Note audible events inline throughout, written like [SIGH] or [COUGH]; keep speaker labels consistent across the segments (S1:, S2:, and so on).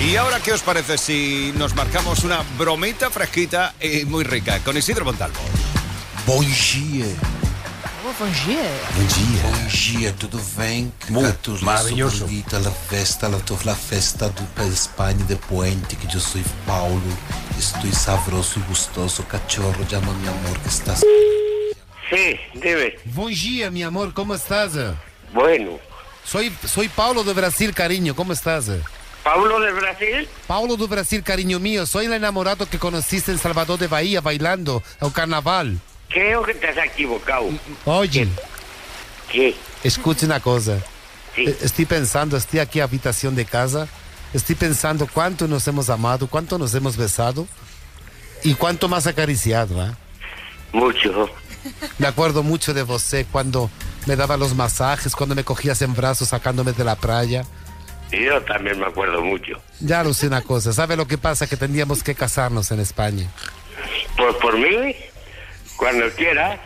S1: ¿Y ahora qué os parece si nos marcamos una bromita fresquita y muy rica con Isidro Montalvo?
S2: Bom dia.
S3: Bom dia.
S2: Bom dia. Bom dia, tudo bem?
S1: Muito
S2: Catulha,
S1: maravilhoso.
S2: sou bonita, la festa, la, to- la festa do pa- Espanha de Puente, que eu sou Paulo. Estou sabroso e gostoso, cachorro, llama mi amor que estás...
S4: Sí, dime.
S5: Bom dia, mi amor, ¿cómo estás?
S4: Bueno,
S5: Soy, soy Paulo do Brasil, cariño, ¿cómo estás?
S4: Pablo de Brasil,
S5: Paulo do Brasil, cariño mío, soy el enamorado que conociste en Salvador de Bahía bailando el carnaval.
S4: creo que te has equivocado.
S5: Oye,
S4: ¿Qué?
S5: escucha una cosa.
S4: Sí.
S5: E- Estoy pensando, estoy aquí en la habitación de casa, estoy pensando cuánto nos hemos amado, cuánto nos hemos besado y cuánto más acariciado. ¿eh?
S4: Mucho.
S5: Me acuerdo mucho de você cuando me daba los masajes, cuando me cogías en brazos sacándome de la playa.
S4: Yo también me acuerdo mucho.
S5: Ya lo sé una cosa, ¿sabe lo que pasa? Que tendríamos que casarnos en España.
S4: Pues por mí, cuando quieras.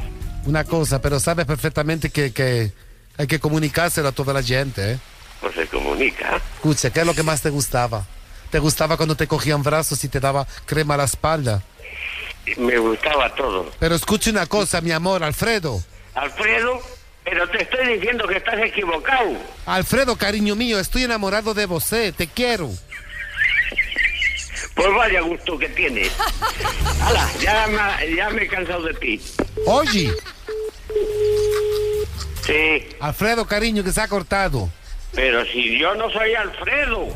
S5: Una cosa, pero sabes perfectamente que, que hay que comunicárselo a toda la gente, ¿eh?
S4: pues se comunica.
S5: Escucha, ¿qué es lo que más te gustaba? ¿Te gustaba cuando te cogían brazos y te daba crema a la espalda?
S4: Me gustaba todo.
S5: Pero escucha una cosa, mi amor, Alfredo.
S4: Alfredo, pero te estoy diciendo que estás equivocado.
S5: Alfredo, cariño mío, estoy enamorado de vos, te quiero.
S4: Pues vaya gusto que tienes. Hala, ya me, ya me he cansado de ti.
S5: Oye,
S4: Sí,
S5: Alfredo, cariño, que se ha cortado.
S4: pero si yo no soy Alfredo.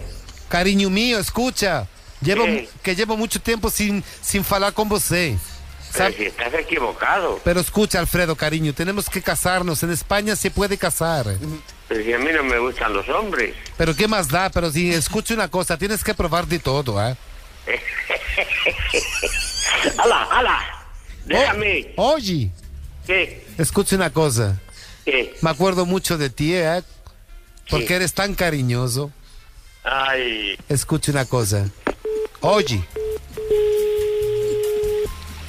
S5: Cariño mío, escucha. Llevo,
S4: Sí.
S5: Que llevo mucho tiempo sin, sin falar con vos.
S4: Pero si estás equivocado.
S5: Pero escucha, Alfredo, cariño, tenemos que casarnos. En España se puede casar.
S4: Pero si a mí no me gustan los hombres.
S5: Pero ¿qué más da? Pero si escucha una cosa, tienes que probar de todo, ¿eh?
S4: ¡Hala, hala!
S5: ¿Eh?
S4: Déjame.
S5: O- oye,
S4: ¿Qué?
S5: escucha una cosa.
S4: ¿Qué?
S5: Me acuerdo mucho de ti, ¿eh? Porque
S4: Sí.
S5: eres tan cariñoso.
S4: Ay,
S5: Escucha una cosa. Oye,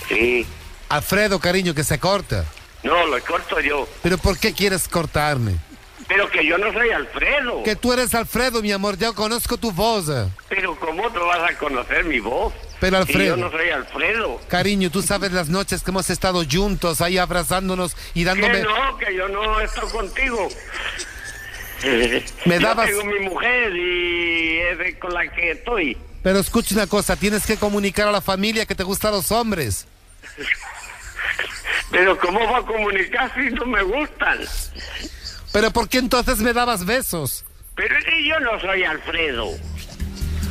S4: sí.
S5: Alfredo, cariño, que se corta.
S4: No, lo corto yo.
S5: Pero ¿por qué quieres cortarme?
S4: Pero que yo no soy Alfredo.
S5: Que tú eres Alfredo, mi amor, ya conozco tu voz. ¿eh?
S4: Pero ¿cómo te vas a conocer mi voz?
S5: Pero,
S4: Si
S5: Alfredo.
S4: yo no soy Alfredo.
S5: Cariño, tú sabes las noches que hemos estado juntos ahí abrazándonos y
S4: Que
S5: dándome...
S4: no, que yo no he estado contigo.
S5: Me dabas-
S4: Yo tengo mi mujer y es de- con la que estoy.
S5: Pero escucha una cosa, tienes que comunicar a la familia que te gustan los hombres.
S4: Pero ¿cómo va a comunicar si no me gustan?
S5: Pero ¿por qué entonces me dabas besos?
S4: Pero si yo no soy Alfredo.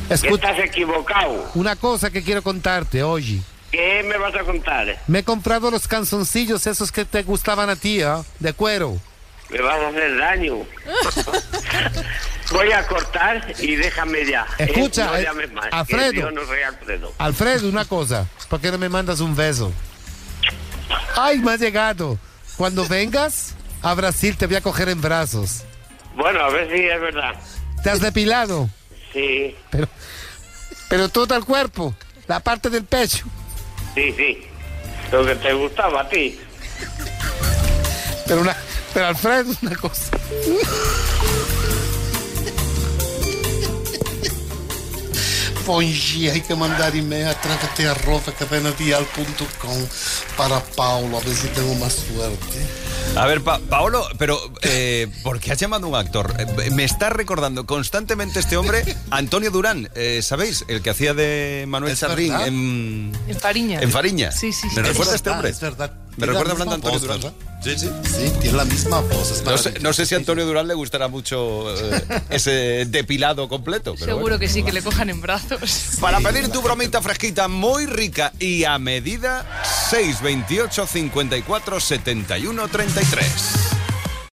S5: Escucha,
S4: Estás equivocado.
S5: una cosa que quiero contarte, oye.
S4: ¿Qué me vas a contar?
S5: Me he comprado los canzoncillos esos que te gustaban a ti, ¿ah? De cuero.
S4: Me vas a hacer daño. Voy a cortar y déjame ya. ¿eh?
S5: Escucha,
S4: no
S5: eh,
S4: llames más, que
S5: Alfredo.
S4: Yo no soy Alfredo.
S5: Alfredo, una cosa, ¿por qué no me mandas un beso? Ay, me ha llegado. Cuando vengas a Brasil te voy a coger en brazos.
S4: Bueno, a ver si es verdad.
S5: ¿Te has depilado?
S4: Sí,
S5: Pero, pero todo el cuerpo, la parte del pecho.
S4: sí, sí. Lo que te gustaba a ti.
S5: Pero, una, pero Alfredo, una cosa.
S2: Bom dia, hay que mandar e-mail a tragatearroba.com para Paulo, a ver si tengo más suerte.
S1: A ver, Pa- Paolo, pero eh, ¿por qué has llamado a un actor? Eh, me está recordando constantemente este hombre, Antonio Durán, eh, ¿sabéis? El que hacía de Manuel
S2: Es
S1: Sarrín
S2: verdad.
S1: en,
S3: En Fariña.
S1: en Fariña.
S3: Sí, sí, sí.
S1: ¿Me
S2: Es
S1: recuerda a
S2: verdad,
S1: este hombre?
S2: es verdad.
S1: Me
S2: Tiene
S1: recuerda
S2: la
S1: hablando a
S2: misma
S1: Antonio
S2: voz,
S1: Durán. Sí, sí.
S2: Sí, tiene la misma voz.
S1: No
S2: es
S1: sé,
S2: maravilloso.
S1: no sé si a Antonio Durán le gustará mucho
S2: [LAUGHS]
S1: eh, ese depilado completo. Pero
S3: Seguro
S1: bueno.
S3: que sí, que le cojan en brazos.
S1: Para pedir tu bromita fresquita muy rica y a medida, 628 54 71 33.